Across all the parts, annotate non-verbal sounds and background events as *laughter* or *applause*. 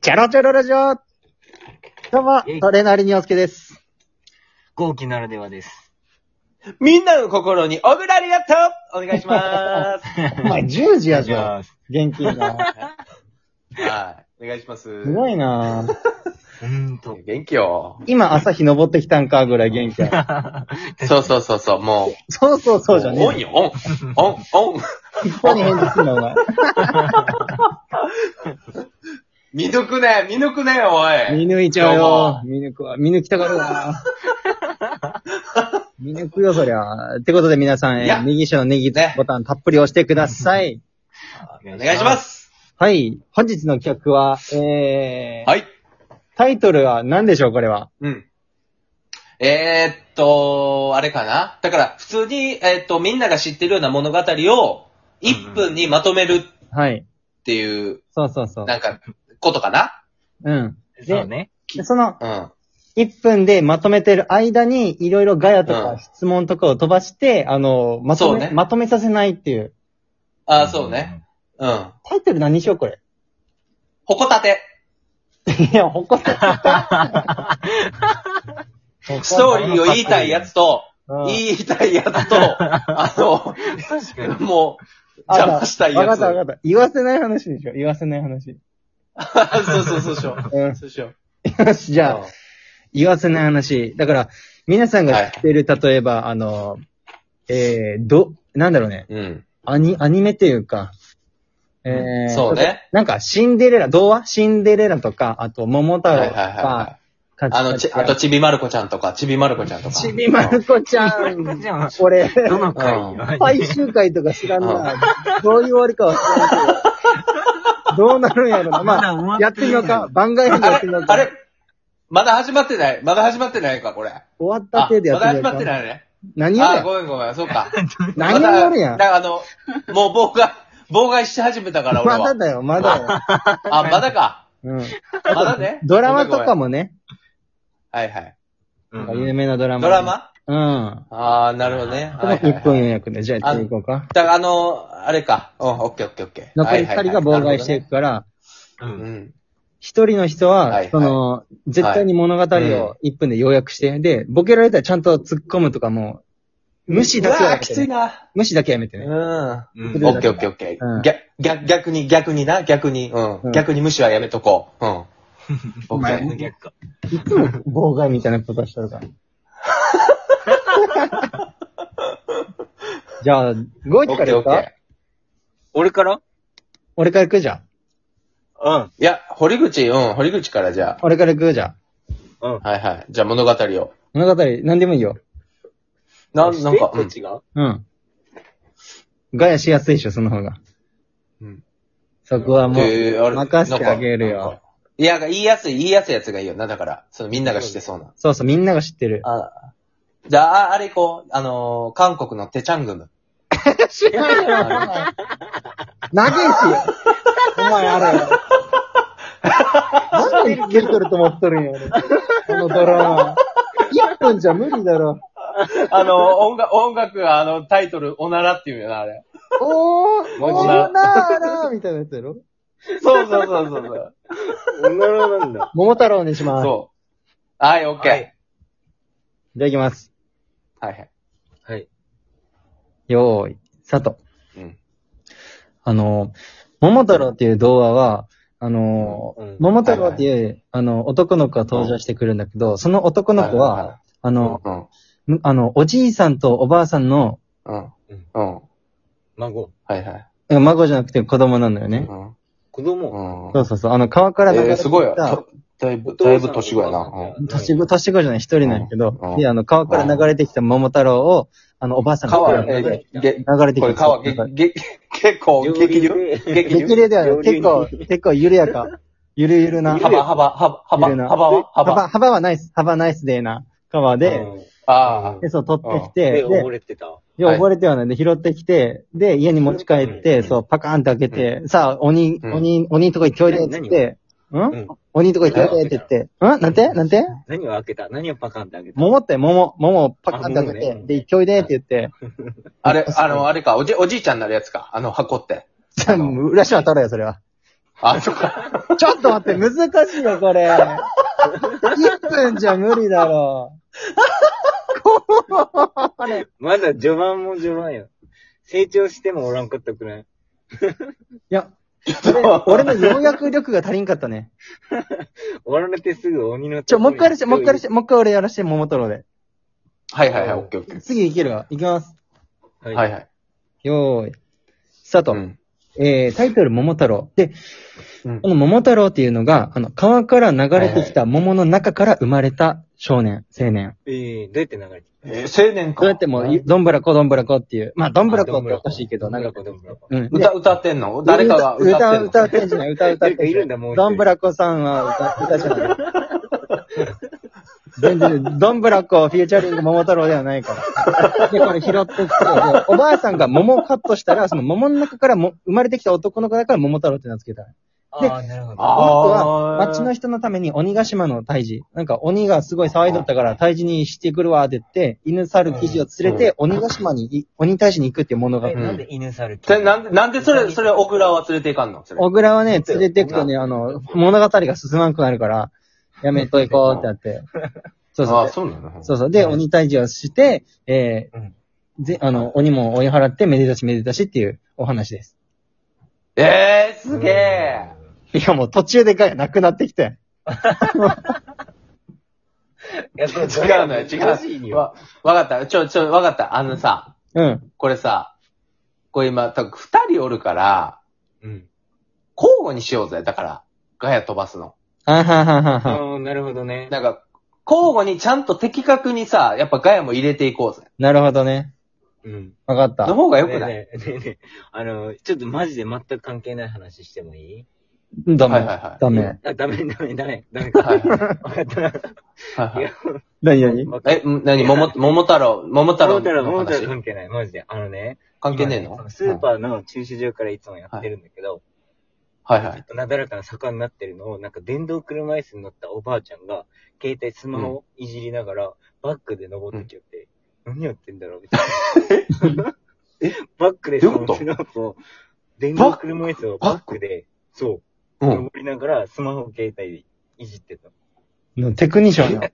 チャロチャロラジオどうもイェイ、トレーナーリニオスケ *laughs* です。豪気ならではです。みんなの心にオブラリアットお願いしま *laughs* お前、10時やじぞ。ゃあ、元気が。す。はい。お願いします。すごいなぁほんと。元気 *laughs* よ。今、朝日登ってきたんかぐらい元気 *laughs* や。そうそうそうそう、もう。そうそうそうじゃねオンえ。よ、オン。オン、オン。 *laughs* 一方に返事すんな、お前。見抜くね、見抜くね、お見 *laughs* い。抜いちゃうよ。見抜くわ。見抜きたがるわ。見抜くよ、そりゃ。ってことで皆さん、いえやー右下のネギねボタンたっぷり押してください。おお願いしま。す。はい。本日の企画は、えー、はい。タイトルは何でしょう、これは。うん。えー、っと、あれかな。だから、普通に、えーっと、みんなが知ってるような物語を、1分にまとめるはい。っていう、そうそうそう。なんか、ことかな。うん。そうね。でその、うん。 1分でまとめてる間に、いろいろガヤとか質問とかを飛ばして、あの、まとめ、そうねまとめさせないっていう。あー、そうね。。うん。タイトル何にしよう、これ。ほこたて。 *laughs* いや、ほこ *laughs* ストーリーを言いたいやつと、うん言いたいやつと、 *laughs* あの、確かに。もう、邪魔したいわかやっつ。たわかった。言わせない話でしょ。言わせない話。 *laughs* そうそうそうしよう。うん。そうしよう。よし、 *laughs* じじゃあ、言わせない話。だから、皆さんが知ってる、例えば、あの、えー、ど、なんだろうね。うん。アニ、アニメっていうか、えー、そうね。なんか、シンデレラ、童話シンデレラとか、あと、桃太はい郎はいとはいはか、カい。あの、ち、あと、ちちびまる子ちゃんとか、ちびまる子ちゃんとか。びまる子ちゃん。 *laughs* これ、どの回よ最終回とか知らんな。どういう終わりかは知らんけど。どうなるんやろな。まだ終まわあっ、てやってみようか。番外編でやってみようか。あれまだ始まってないまだ始まってないか、これ。終わったあ、ま手でやだってみよ始うまってか。ないね。何やあ、るやんごめんごめん、そうか。 *laughs* 何をやるやまん。だだからあの、もう妨害、妨害し始めたから、俺まだは。だよ、まだあ、まだか。よ。うん。まだ *laughs* ね。ドラマとかも。もね。はいはい。うなんんか有名なドラマ。ドラマうん。ああ、なるほどね。こはのいはい1分予約で、じゃあやっていこうか。だから、あの、あれか。うん、オッケーオッケーオッケー。残り2人が妨害していくから、うはいはいはい。なるほどん。ねうん。一人の人はいはは、いその、絶対に物語を1分で要約して、で、ボケられたらちゃんと突っ込むとかもう、無視だけうはわやーめきてついね。な。無視だけはやめてうん。ね。うオんそれだッケーオッケーオッケうんー。逆逆逆に、逆にな、逆に。う。うんん逆に無視はやめとこう。うん。オッケ前ー。の逆か。いつも妨害みたいなことしとるから。 *laughs* じゃあ、ゴイオチッかケら行ーオッくケかー。俺から俺から行くじゃん。うん。いや、堀口、うん、堀口からじゃ俺から行くじゃん。あ。はいはい。じゃあ物語を。物語、何でもいいよ。な、してなんか、こうっんちがうん。ガヤしやすいでしょ、その方が。うん。そこはもえーあう、れ任せてあげるなんよか。いや、言いやすい、言いやすいやつがいいよな、だから。そのみんなが知ってそうな。そうそう、みんなが知ってる。あ、じゃあ、あれ行こう。あのー、韓国のテチャングム。知らんよ、お前。長いし。お前、あれ。 *laughs* 何で出てると思っとるんや、俺。このドラマ。1分じゃ無理だろ。あの、音楽、音楽があの、タイトル、おならっていうよな、あれ。おー、マおジなならみたいなやつやろそうそうそうそうそう。女のなんだ。桃太郎にします。そう。はい、オッケー。はいじゃあ行きます。はい。はい。よーい、さと。うん。あの、桃太郎っていう童話は、あの、うん桃太郎っていう、あの、男の子が登場してくるんだけど、その男の子は、あいいい、の、むあの、おじいさんとおばあさんの、うん、うん、うん、うん。孫。はいはい。孫じゃなくて子供なんだよね。うん子供。うんそうそうそう。あの、川から流えれてー、すきごい。ただ、だいぶ、だいぶ年上やな。うん年子、年子じゃない、一人なんやけうんうどん、で、あの、川から流れてきた桃太郎を、あの、おばあさんが川、流えー、げ、れてきこたれ。川、げ、げ、結構、上激流流で激激流励ではない激結流構、結構緩やか。ゆるゆるな。幅、幅、幅、幅、ゆる幅なは、幅、幅。幅はナイス、幅ナイスデーな川うで、んあうんで、そう、取ってきて、で、溺で、れてた。ではい溺れてはないんで、拾ってきて、で、家に持ち帰っうて、んそう、パカーンって開けて、さあ、鬼、うん鬼、鬼んとこ行っておいで、つって、うんん鬼んとこ行っておいでって言って、んなんてなんて何を開けた何をパカンって開けた桃って、桃、桃をパカーンって開けあて桃、ねで、行っておいでって言って、あ、あれ、あの、あれか、おじ、おじいちゃんになるやつか。あの箱って。じゃあ、もう浦島太郎や、それは。あ、そっか。ちょっと *laughs* 待って、難しいよ、これ。1分じゃ無理だろまだ序盤も序盤よ。成長してもおらんかったくない。う。い *laughs* や、俺の要約力が足りんかったね。終わられてすぐ鬼の。ちょ、もう一回やらして、もう一回やらしてて、もう一回俺やらして、桃太郎で。はいはいはい、オッケーオッケ次いけるわ。いきます。はー。い。はいはい。よーい。スタート。うんえー、タイトル、桃太郎。で、うんこの桃太郎っていうのが、あの、川から流れてきた桃の中から生まれた少年、青年。ええどうやって流れてえー、青年こうやかって。もう、どんぶらこどんぶらこっていう。まあ、どんぶらこっておかしいけるど、なんか、か、どんぶらこ。うん。で歌、歌ってんの誰かが歌ってんの歌、歌ってんじゃない歌、歌って誰かいるんだもう一人どんぶらこさんは歌、歌じゃ *laughs* ない。全然、どんぶらこ、フューチャリング、桃太郎ではないから。で、これ拾ってきて、でおばあさんが桃をカットしたら、その桃の中からも生まれてきた男の子だから桃太郎って名付けた。ああ、なるほど。この子は、あー町の人のために鬼ヶ島の退治。なんか鬼がすごい騒いどったから退治にしてくるわって言って、犬猿記事を連れて鬼ヶ島にい、鬼退治に行くっていう物語え。なんで犬猿それなんで、なんでそれ、それ、小倉は連れていかんのそれ。小倉はね、連れてくとね、あの、物語が進まなくなるから、やめといこうってなって。そうそあ、う。そうなのそうそう。で、鬼退治をして、えうんー、で、あの、鬼も追い払って、めでたしめでたしっていうお話です。ええー、すげえ。いや、もう途中でがなくなってきて。違う違うのよ、違う。わ、わかった。ちょ、ちょ、わかった。あのさ、うん。これさ、これ今、多分二人おるから、うん。交互にしようぜ。だから、ガヤ飛ばすの。あはははは。ああ、なるほどね。なんか、交互にちゃんと的確にさ、やっぱガヤも入れていこうぜ。なるほどね。うん。わかったの。方がよくない、ねえねえねえねえあの、ちょっとマジで全く関係ない話してもいいダはいはいはメダい。メ。あ、ダメダメダメ。ダメか。はいはいわかった。はいいや、何何わかっ *laughs* え、ん何桃、桃太郎、桃た。太桃太郎郎、の桃太話郎関係ない。マジで。あのね。関係ねえの今そスーパーの駐車場からいつもやってるんだけど、はいはい。なだらかな坂になってるのを、なんか電動車椅子に乗ったおばあちゃんが、携帯スマホをいじりながら、バックで登ってきよって、何やってんだろうみたいな。 *laughs* バックでどういうことスマホを、電動車椅子をバックで、そう、うん。登りながら、スマホを携帯でいじってた。のテクニシャンや。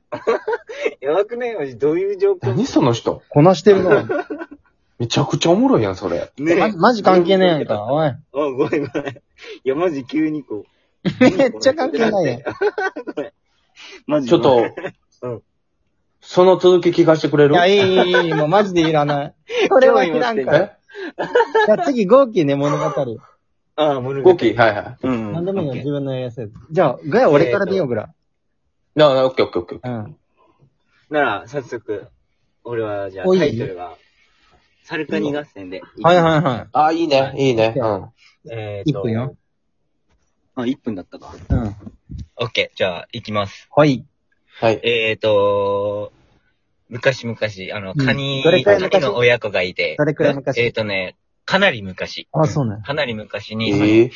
やばくないマジどういう状況何その人こなしてるな。めちゃくちゃおもろいやん、それ。ねまあ、マジ関係ねえやんか。おい。ごめんごめん。いや、マジ急にこう。めっちゃ関係ないやん。マジちょっと、うんその続き聞かせてくれいるや、いい、いい、いい、もうマジでいらない。これはいらんから。いえや、次、豪気ね、物語。ああ、物語ゴキはいはい。うん。何でもいいよ、自分のやりやすいやつ。じゃあ、ガヤ俺からでいいよ、ぐら。なあ、オッケーオッケーオッケー。うん。なら、早速、俺は、じゃあ、おいタイトルは、サルカニ合戦で。はいはいはあ、いいね、いいね。うん。い。えー、と。一分よ。あ、1分だったか。い。うん。オッケー、じゃあ、行きます。はい。はい。えーと、昔々、あの、カうんニ、どれくらいカ昔ニの親子がいてど、れくらい昔えーとね、かなり昔。あ、そうね。かなり昔に、ええ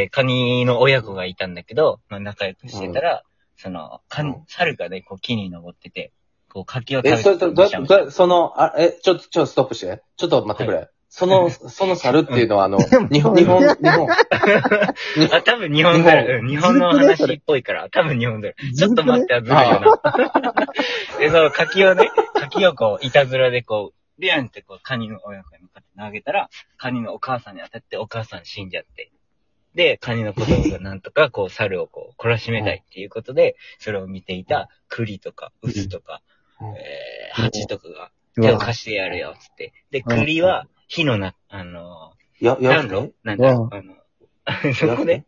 えーカニの親子がいたんだけど、まあ、仲良くしてたら、その、カニうん、猿がね、こう木に登ってて、こう柿を食べえ、てそれと、どむしゃむしゃどその、あ、え、ちょっと、ちょっとストップして。ちょっと待ってくれ。その、その猿っていうのは、あの、でも日本、日本、日本。あ、多分日本だよ。うん日本の話っぽいから、多分日本だよ。ちょっと待って、ずるいよな。 *laughs* で、その柿をね、柿をこう、いたずらでこう、ビャンってこう、カニの親子に向かって投げたら、カニのお母さんに当たって、お母さん死んじゃって。で、カニの子供がなんとか、 *laughs* こう、猿をこう、懲らしめたいっていうことで、それを見ていた、栗とか、ウスとか、うんえー、蜂とかが、う手をわ貸してやるよ、つって。うで、ん栗は、火のな、あの *laughs* や、ー、や暖る炉ねなんだうろう、あの、 *laughs* そこで、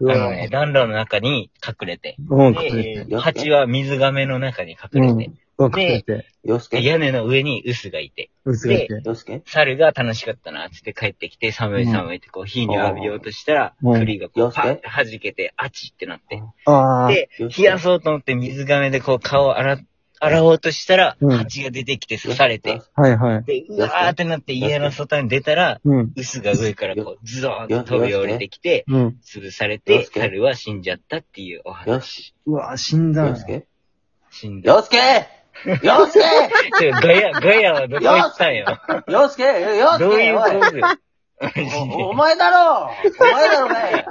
うあのわね、暖炉の中に隠れて。うん、隠れて。で、蜂は水亀の中に隠れて。うん、隠れて。洋で、介屋根の上にウスがいて。薄れて。洋介猿が楽しかったな、つって帰ってきて、寒い寒いってこう火に浴びようとしたら、うん栗がこようしパッて弾けて、あちってなって。ああ。で、冷やそうと思って水亀でこう顔を洗、洗おうとしたら、うん蜂が出てきて刺されて。。はいはい。で、うわーってなって家の外に出たら、うん。ウスが上からこう、ズドーンと飛び降りてきて、うん。潰されよて、し猿は死んじゃったっていうおよ話。し。うわ、死んだ洋な。介死んだ。洋介洋介ちょガヤ、ガヤはどこ行ったんよ。洋介洋介どういうおい構図よ *laughs* おお前だろお前だろね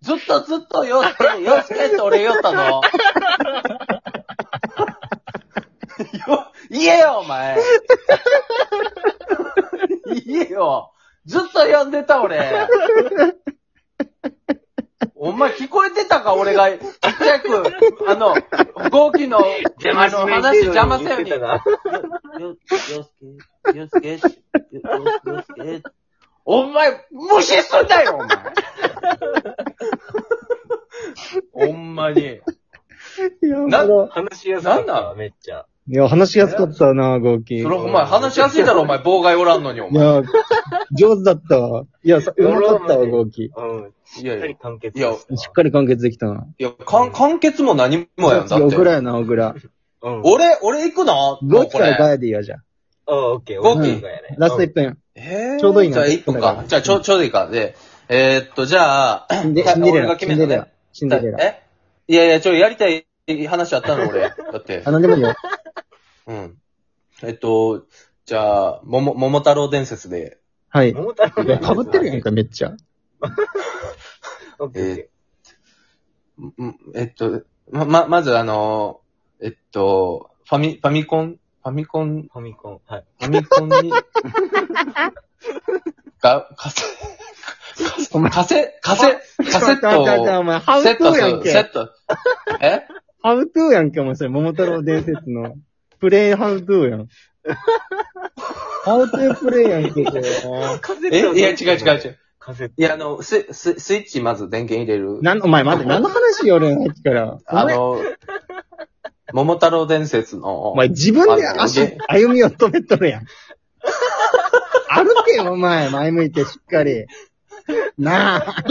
ずっとずっと洋介、洋介って俺言おったの。よ、 *laughs* 言えよお前。言えよ。ずっと呼んでた俺。お前聞こえてたか俺が、ちっちゃく、あの、号機の、あ邪魔の、しない話邪魔せように。言ってたなよ、よすけ、よすけ、よすけ、よすけ。お前、無視すんだよ、お前。ほんまに。いや、なほら話しやすかっなんなたのめっちゃ。いや、話しやすかったな、合金。それお前話しやすいだろ、お前。妨害おらんのに、おい前。や、上手だったわ。いや、さうまかったわ、俺は合金。うん。いしやっかいり完結いやしたしっかり完結できたな。や、いや、かん完結も何もやんだっ小倉て。やな、小倉。うん。お俺、俺行くのも合う金こかられ。ガイディアじゃん。オッケー、ゴオッッキケーーがやね。ラストうん1分。えーちょうどいいなじゃあ1分か。じゃあちょ、ちょうどいいか。で、えーっと、じゃあ、シンデはいレ俺ラが、シ決ンめデたレねラ、シンデレラ。えいやいや、ちょ、やりたい話あったの、俺。だ *laughs* ってあ、。なんでもいいよ。うん。えっと、じゃあ、桃、桃太郎伝説で。はい。桃太郎いや、被ってるやんか。か、めっちゃ。オッケーオッケんえっと、ま、ま、まずあの、えっと、ファミ、ファミコン、ファミコンー。、ファミコン。はい。ファミコンに、が、カセ、カセ、カセ、カセットちょっと待って待っておを、前、ハウセットトゥーやんする、セけ。ット。えハウトゥーやんけ、お前それ。桃太郎伝説の。プレイハウトゥーや *laughs* ん。ハウトゥープレイやんけ、これ。カセえいや、違う違う違う。カセット。いや、あ、の、ス、ス、スイッチまず電源入れる。なん、お前待って、何の話よ、俺、さっきから。あお前、の、桃太郎伝説のお、前自分であ足の、歩みを止めとる *laughs* やん。歩けよ、お前。前向いて、しっかり。なあ。